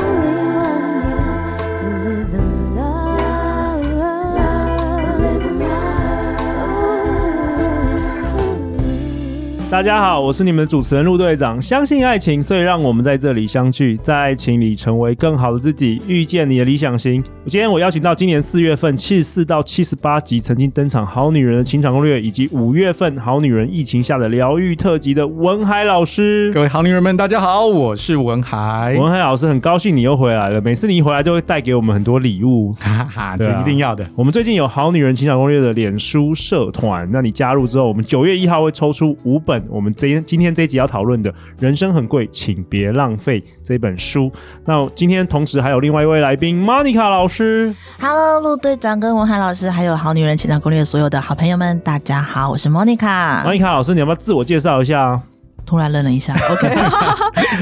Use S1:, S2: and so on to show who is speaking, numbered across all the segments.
S1: only when you live in love, live in love.
S2: 大家好，我是你们的主持人陆队长。相信爱情，所以让我们在这里相聚，在爱情里成为更好的自己，遇见你的理想型。今天我邀请到今年四月份七十四到七十八集曾经登场《好女人的情场攻略》，以及五月份《好女人疫情下的疗愈特辑》的文海老师。
S3: 各位好女人们，大家好，我是文海，
S2: 文海老师很高兴你又回来了，每次你一回来就会带给我们很多礼物。
S3: 哈哈，
S2: 对
S3: 这
S2: 啊
S3: 一定要的。
S2: 我们最近有《好女人情场攻略》的脸书社团，那你加入之后，我们九月一号会抽出五本我们今今天这一集要讨论的《人生很贵，请别浪费》这本书。那今天同时还有另外一位来宾 Monica 老师，
S4: Hello，陆队长跟文海老师，还有《好女人情场攻略》所有的好朋友们，大家好，我是 Monica。
S2: Monica 老师，你要不要自我介绍一下啊？
S4: 突然愣了一下，OK，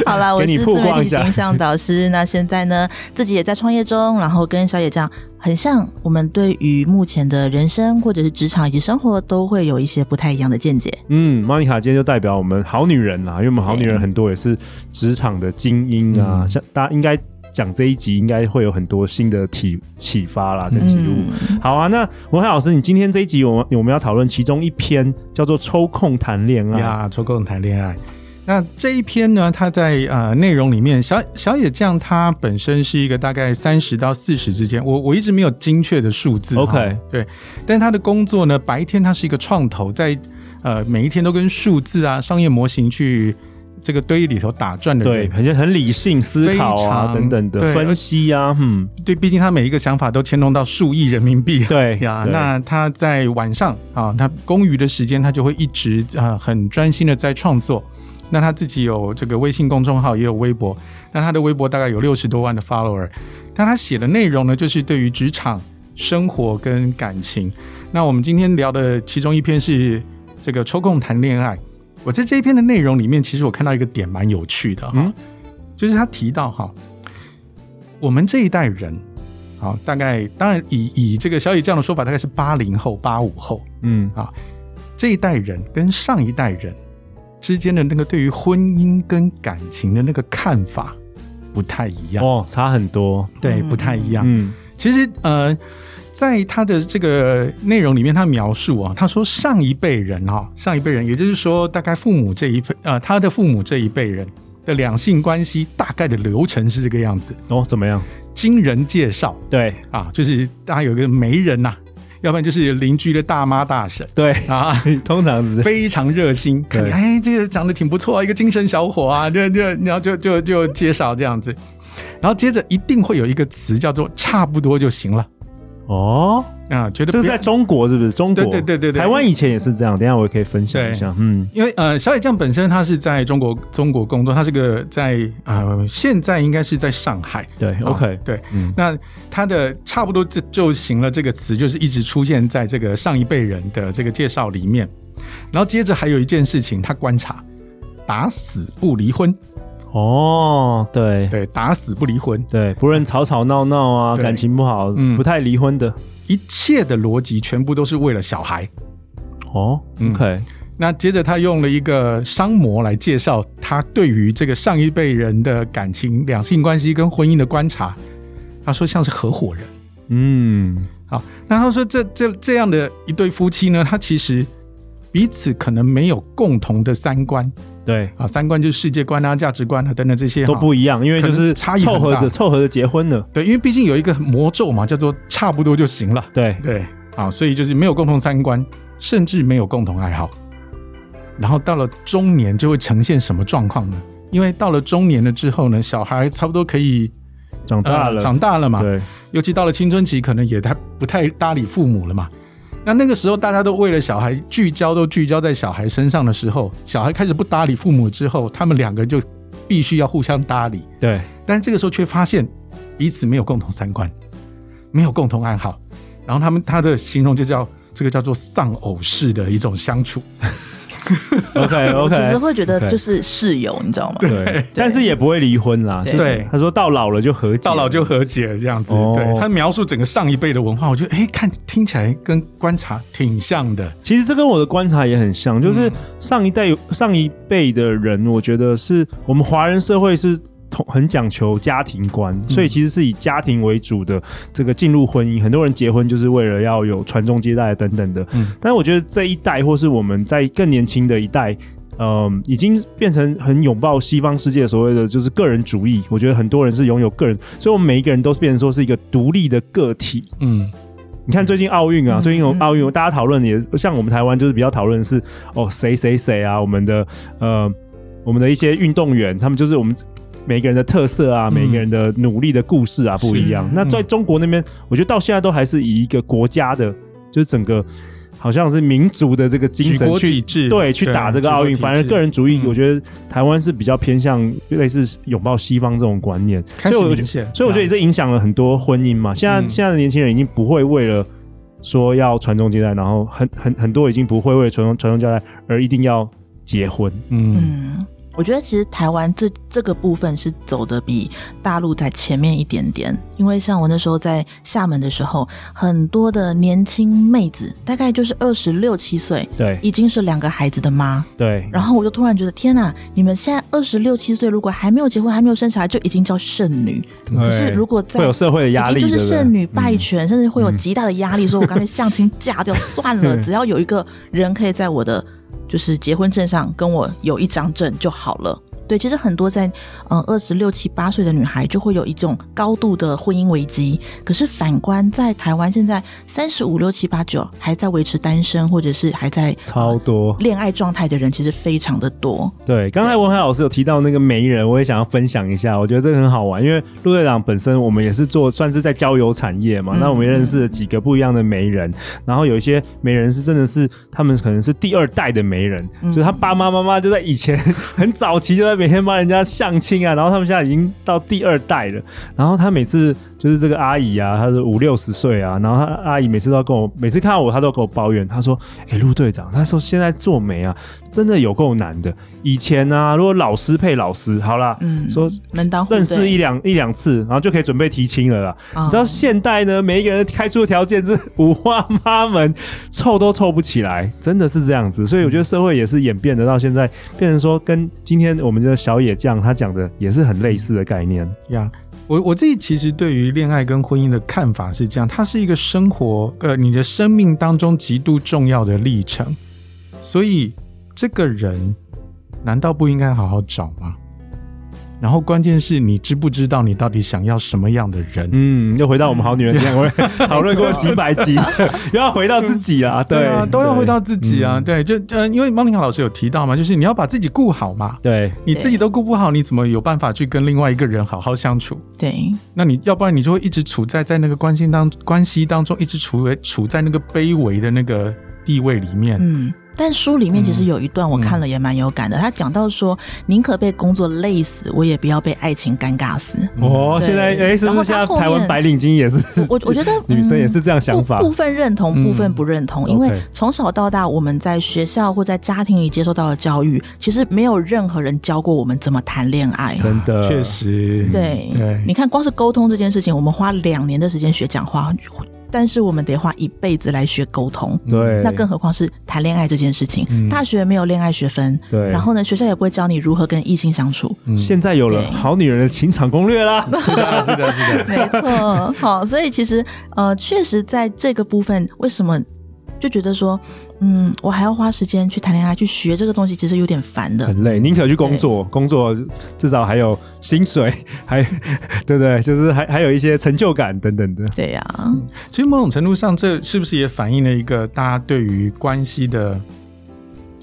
S4: 好了，我
S2: 给你
S4: 是
S2: 曝
S4: 自媒
S2: 光一
S4: 体
S2: 下
S4: 形象导师。那现在呢，自己也在创业中，然后跟小野这样很像，我们对于目前的人生或者是职场以及生活都会有一些不太一样的见解。
S2: 嗯，Monica 今天就代表我们好女人啦，因为我们好女人很多也是职场的精英啊，像大家应该讲这一集应该会有很多新的体启发啦跟体悟。好啊，那文海老师，你今天这一集我们我们要讨论其中一篇叫做“抽空谈恋爱”。
S3: 呀，抽空谈恋爱。那这一篇呢，它在呃内容里面，小小野酱它本身是一个大概三十到四十之间，我我一直没有精确的数字。
S2: OK
S3: 哈对，但他的工作呢，白天他是一个创投，在呃每一天都跟数字啊、商业模型去这个堆里头打转的
S2: 对，
S3: 人。
S2: 很像很理性思考
S3: 非
S2: 啊，
S3: 常
S2: 等等的
S3: 对
S2: 分析啊，嗯，
S3: 对，毕竟他每一个想法都牵动到数亿人民币。啊
S2: 对
S3: 呀，
S2: 对
S3: 那他在晚上啊，他公余的时间，他就会一直啊、呃很专心的在创作。那他自己有这个微信公众号，也有微博。那他的微博大概有六十多万的 follower。那他写的内容呢，就是对于职场、生活跟感情。那我们今天聊的其中一篇是这个抽空谈恋爱。我在这一篇的内容里面，其实我看到一个点蛮有趣的哈，
S2: 嗯
S3: 就是他提到哈，我们这一代人，好，大概当然以以这个小野这样的说法，大概是八零后、八五后
S2: 嗯，
S3: 这一代人跟上一代人之间的那个对于婚姻跟感情的那个看法不太一样，
S2: 哦，差很多，
S3: 对，不太一样。
S2: 嗯，
S3: 其实呃，在他的这个内容里面，他描述啊，他说上一辈人哈、上一辈人，也就是说大概父母这一辈呃，他的父母这一辈人的两性关系大概的流程是这个样子，
S2: 哦，怎么样？
S3: 经人介绍
S2: 对
S3: 啊，就是大家有一个媒人呐、要不然就是邻居的大妈大婶
S2: 对，
S3: 啊。
S2: 通常只是
S3: 非常热心，看
S2: 对
S3: 你哎，这个长得挺不错啊，一个精神小伙啊，这这，然后就就就介绍这样子，然后接着一定会有一个词叫做差不多就行了
S2: 哦，
S3: 啊，觉得
S2: 这
S3: 不
S2: 是
S3: 要
S2: 在中国是不是？中国
S3: 对对对对对
S2: 台湾以前也是这样，等一下我也可以分享一下，嗯，
S3: 因为呃，小野酱本身他是在中国中国工作，他是个在呃现在应该是在上海。
S2: 对，OK，
S3: 啊对，
S2: 嗯
S3: 那他的差不多就就行了这个词，就是一直出现在这个上一辈人的这个介绍里面。然后接着还有一件事情，他观察，打死不离婚，
S2: 哦，对。
S3: 对，打死不离婚，
S2: 对，不论吵吵闹闹啊，
S3: 对
S2: 感情不好，
S3: 嗯
S2: 不太离婚的。
S3: 一切的逻辑全部都是为了小孩。
S2: 哦
S3: 嗯
S2: ，OK，
S3: 那接着他用了一个商模来介绍他对于这个上一辈人的感情、两性关系跟婚姻的观察。他说像是合伙人。
S2: 嗯，
S3: 好，那他说这这这样的一对夫妻呢，他其实彼此可能没有共同的三观
S2: 对，
S3: 啊，三观就是世界观啊、价值观啊等等这些
S2: 都
S3: 哈
S2: 不一样，因为就
S3: 可
S2: 是
S3: 能差异
S2: 凑
S3: 很大
S2: 合着凑合着结婚了。
S3: 对，因为毕竟有一个魔咒嘛，叫做差不多就行了。
S2: 对，
S3: 对，啊，所以就是没有共同三观，甚至没有共同爱好。然后到了中年就会呈现什么状况呢？因为到了中年了之后呢，小孩差不多可以
S2: 长大
S3: 呃
S2: 了，
S3: 长大了嘛，
S2: 对，
S3: 尤其到了青春期，可能也他不太搭理父母了嘛。那那个时候，大家都为了小孩聚焦，都聚焦在小孩身上的时候，小孩开始不搭理父母之后，他们两个就必须要互相搭理。
S2: 对，
S3: 但这个时候却发现彼此没有共同三观，没有共同爱好，然后他们他的形容就叫这个叫做丧偶式的一种相处。
S2: OK
S4: 我
S2: OK，
S4: 其实会觉得
S2: OK
S4: 就是室友，你知道吗？
S2: 对，但是也不会离婚啦。
S4: 对
S2: 就
S3: 对
S2: 他说到老了就和解，
S3: 到老就和解这样子。
S2: 哦
S3: 对他描述整个上一辈的文化，我觉得哎，看听起来跟观察挺像的。
S2: 其实这跟我的观察也很像，就是上一代、上一辈的人，我觉得是我们华人社会是。同很讲求家庭观，所以其实是以家庭为主的这个进入婚姻，很多人结婚就是为了要有传宗接代等等的。
S3: 嗯
S2: 但是我觉得这一代，或是我们在更年轻的一代，嗯、已经变成很拥抱西方世界所谓的就是个人主义。我觉得很多人是拥有个人，所以我们每一个人都变成说是一个独立的个体。
S3: 嗯，
S2: 你看最近奥运啊，
S4: 嗯
S2: 最近有奥运，大家讨论也像我们台湾就是比较讨论是哦谁谁谁啊，我们的呃我们的一些运动员，他们就是我们每个人的特色啊，
S3: 嗯
S2: 每个人的努力的故事啊不一样。
S3: 是
S2: 那在中国那边，我觉得到现在都还是以一个国家的，就是整个好像是民族的这个精
S3: 举
S2: 神
S3: 国
S2: 去。
S3: 体制，
S2: 对，去打这个奥运，
S3: 举国
S2: 反
S3: 啊体
S2: 而
S3: 制
S2: 个人主义，
S3: 嗯
S2: 我觉得台湾是比较偏向类似拥抱西方这种观念，
S3: 开始
S2: 所以我觉
S3: 明显。
S2: 所以我觉得
S3: 啊
S2: 这影响了很多婚姻嘛。现在、
S3: 嗯
S2: 现在的年轻人已经不会为了说要传宗接代，然后很很很多已经不会为了传宗传宗接代而一定要结婚。
S3: 嗯，
S4: 嗯，我觉得其实台湾这这个部分是走的比大陆在前面一点点，因为像我那时候在厦门的时候，很多的年轻妹子大概就是二十六七岁，
S2: 对
S4: 已经是两个孩子的妈，
S2: 对，
S4: 然后我就突然觉得天哪，你们现在二十六七岁，如果还没有结婚，还没有生小孩，就已经叫剩女。可是如果在
S2: 会有社会的压力，
S4: 已经就是
S2: 对不对
S4: 剩女败
S2: 嗯
S4: 犬，甚至会有极大的压力，说我干脆相亲嫁掉算 了，只要有一个人可以在我的就是结婚证上跟我有一张证就好了。对，其实很多在嗯二十六七八岁的女孩就会有一种高度的婚姻危机。可是反观在台湾，现在三十五六七八九还在维持单身，或者是还在
S2: 超多。
S4: 恋爱状态的人，其实非常的多。
S2: 对，刚才文海老师有提到那个媒人，我也想要分享一下，我觉得这个很好玩，因为陆队长本身我们也是做算是在交友产业嘛，
S4: 嗯
S2: 那我们也认识了几个不一样的媒人，然后有一些媒人是真的是他们可能是第二代的媒人，
S4: 嗯
S2: 就是他爸妈妈妈就在以前 很早期就在每天帮人家相亲啊，然后他们现在已经到第二代了，然后他每次就是这个阿姨啊，她是五六十岁啊，然后她阿姨每次都要跟我，每次看到我，她都要跟我抱怨，她说：“哎、陆队长，她说现在做媒啊，真的有够难的。以前啊，如果老师配老师，好啦，哦
S4: 嗯
S2: 说
S4: 门当户
S2: 认识
S4: 对
S2: 一两一两次，然后就可以准备提亲了啦。
S4: 啊
S2: 你知道现代呢，啊每一个人开出的条件是五花八门，凑都凑不起来，真的是这样子。所以我觉得社会也是演变的，到现在变成说跟今天我们这个小野酱他讲的也是很类似的概念。
S3: 呀。我我自己其实对于恋爱跟婚姻的看法是这样，它是一个生活，呃，你的生命当中极度重要的历程，所以这个人难道不应该好好找吗？然后关键是你知不知道你到底想要什么样的人？
S2: 嗯，又回到我们好女人这样， 我也讨论过几百集， 又要回到自己啊，对
S3: 啊，都要回到自己啊。
S2: 嗯
S3: 对，就呃，因为莫妮卡老师有提到嘛，就是你要把自己顾好嘛，
S2: 对
S3: 你自己都顾不好，你怎么有办法去跟另外一个人好好相处？
S4: 对，
S3: 那你要不然你就会一直处在在那个关系当关系当中，一直处为处在那个卑微的那个地位里面。
S4: 嗯，但书里面其
S2: 嗯
S4: 实有一段我看了也蛮有感的，他讲到说，宁可被工作累死，我也不要被爱情尴尬死。
S3: 嗯
S2: 哦，
S4: 对
S2: 现在哎，是
S4: 然
S2: 不
S4: 后
S2: 是
S4: 他
S2: 现在
S4: 后面嗯
S2: 台湾白领精也是
S4: 我我觉得
S2: 女生也是这样想法
S4: 部部分认同，
S3: 嗯
S4: 部分不认同，因
S2: OK
S4: 为从小到大我们在学校或在家庭里接受到的教育，其实没有任何人教过我们怎么谈恋爱。
S2: 真的
S3: 呃确实，
S4: 对，
S3: 对
S4: 你看，光是沟通这件事情，我们花两年的时间学讲话，但是我们得花一辈子来学沟通。
S2: 对，
S4: 那更何况是谈恋爱这件事情。
S3: 嗯
S4: 大学没有恋爱学分，
S2: 对
S4: 然后呢，学校也不会教你如何跟异性相处。
S3: 嗯
S2: 现在有了
S4: 对
S2: 好女人的情场攻略啦。
S3: 是的，是的，是的。
S4: 没错，好，所以其实呃，确实在这个部分，为什么就觉得说，嗯，我还要花时间去谈恋爱，去学这个东西，其实有点烦的。
S2: 很累，宁可去工作，工作至少还有薪水， 还对不对？就是还还有一些成就感等等的。
S4: 对呀、
S3: 其实某种程度上，这是不是也反映了一个大家对于关系的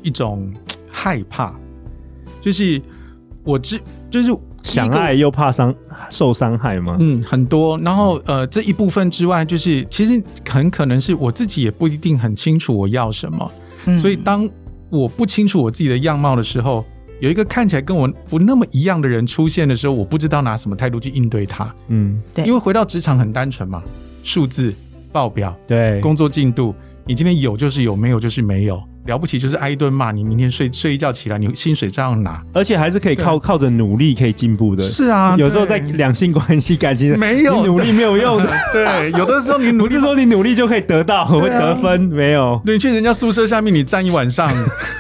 S3: 一种害怕？就是我知，就是
S2: 想
S3: 一个
S2: 爱又怕伤受伤害吗？
S3: 嗯，很多。然后呃，这一部分之外，就是其实很可能是我自己也不一定很清楚我要什么，
S4: 嗯
S3: 所以当我不清楚我自己的样貌的时候，有一个看起来跟我不那么一样的人出现的时候，我不知道拿什么态度去应对他。
S2: 嗯，
S4: 对
S3: 因为回到职场很单纯嘛，数字、报表、
S2: 对，
S3: 工作进度，你今天有就是有，没有就是没有。了不起就是挨一顿骂，你明天睡睡一觉起来，你薪水照样拿。
S2: 而且还是可以靠靠着努力可以进步的。
S3: 是啊，
S2: 有时候在
S3: 对
S2: 两性关系、感情的
S3: 没有
S2: 你努力没有用的，
S3: 对，有的时候你 努
S2: 不
S3: 力
S2: 是。说你努力就可以得到，会
S3: 对啊
S2: 得分没 有。
S3: 对，你去人家宿舍下面，你站一晚上，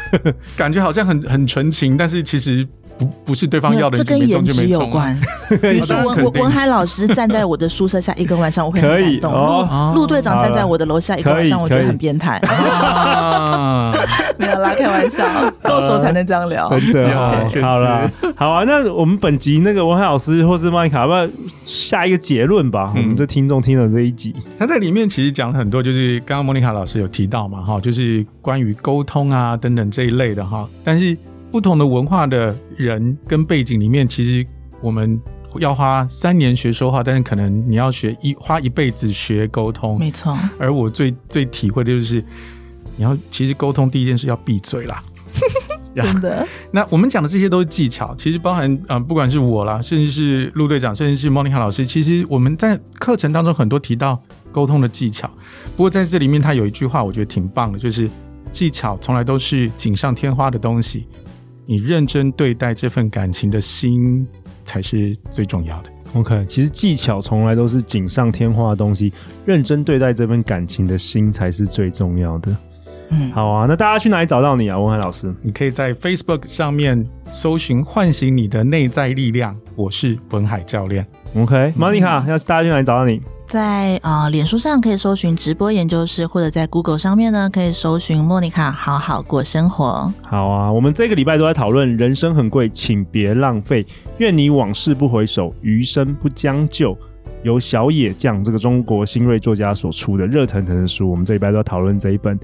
S3: 感觉好像很很纯情，但是其实不不是对方
S4: 没
S3: 要
S4: 有
S3: 的，
S4: 这
S3: 你就
S4: 跟
S3: 没中
S4: 颜
S3: 就
S4: 值
S3: 没
S4: 有
S3: 中啊。
S4: 关。
S3: 你
S4: 比如说文文文海老师站在我的宿舍下一个晚上，我会 很
S2: 可以
S4: 感动。
S2: 哦
S4: 陆陆队长
S2: 好
S4: 站在
S2: 了
S4: 我的楼下一个
S2: 可
S4: 晚
S2: 以
S4: 上，我觉
S2: 可
S4: 得
S2: 以
S4: 很变态。
S3: 啊，
S4: 没有啦，开玩笑，够熟才能这样聊。
S2: 真的
S3: 有
S2: 哦
S3: 确，实
S2: 好啦，好啊。那我们本集那个文海老师或是麦卡，要不要下一个结论吧？我
S3: 嗯
S2: 们这听众听了这一集，
S3: 他在里面其实讲了很多，就是刚刚莫妮卡老师有提到嘛，哈，就是关于沟通啊等等这一类的哈。但是不同的文化的人跟背景里面，其实我们要花三年学说话，但是可能你要学一花一辈子学沟通。
S4: 没错，
S3: 而我最最体会的就是，你要其实沟通第一件事要闭嘴啦。呀
S4: 真的，
S3: 那我们讲的这些都是技巧，其实包含啊、呃不管是我啦，甚至是陆队长，甚至是莫妮卡老师，其实我们在课程当中很多提到沟通的技巧。不过在这里面，他有一句话我觉得挺棒的，就是技巧从来都是锦上添花的东西，你认真对待这份感情的心才是最重要的。
S2: OK，其实技巧从来都是锦上添花的东西，认真对待这份感情的心才是最重要的。
S4: 嗯，
S2: 好啊，那大家去哪里找到你啊，文海老师？
S3: 你可以在 Facebook 上面搜寻“唤醒你的内在力量”，我是文海教练。
S2: OK，莫妮卡要大家去哪里找到你？
S4: 在呃脸书上可以搜寻直播研究室，或者在 Google 上面呢可以搜寻莫妮卡好好过生活。
S2: 好啊，我们这个礼拜都在讨论人生很贵，请别浪费。愿你往事不回首，余生不将就。由小野将这个中国新锐作家所出的热腾腾的书，我们这一拜都要讨论这一本。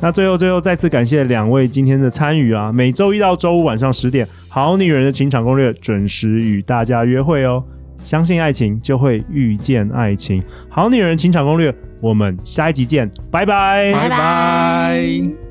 S2: 那最后最后再次感谢两位今天的参与啊！每周一到周五晚上十点，《好女人的情场攻略》准时与大家约会哦。相信爱情，就会遇见爱情。《好女人情场攻略》，我们下一集见，拜拜。
S4: 拜拜
S3: 拜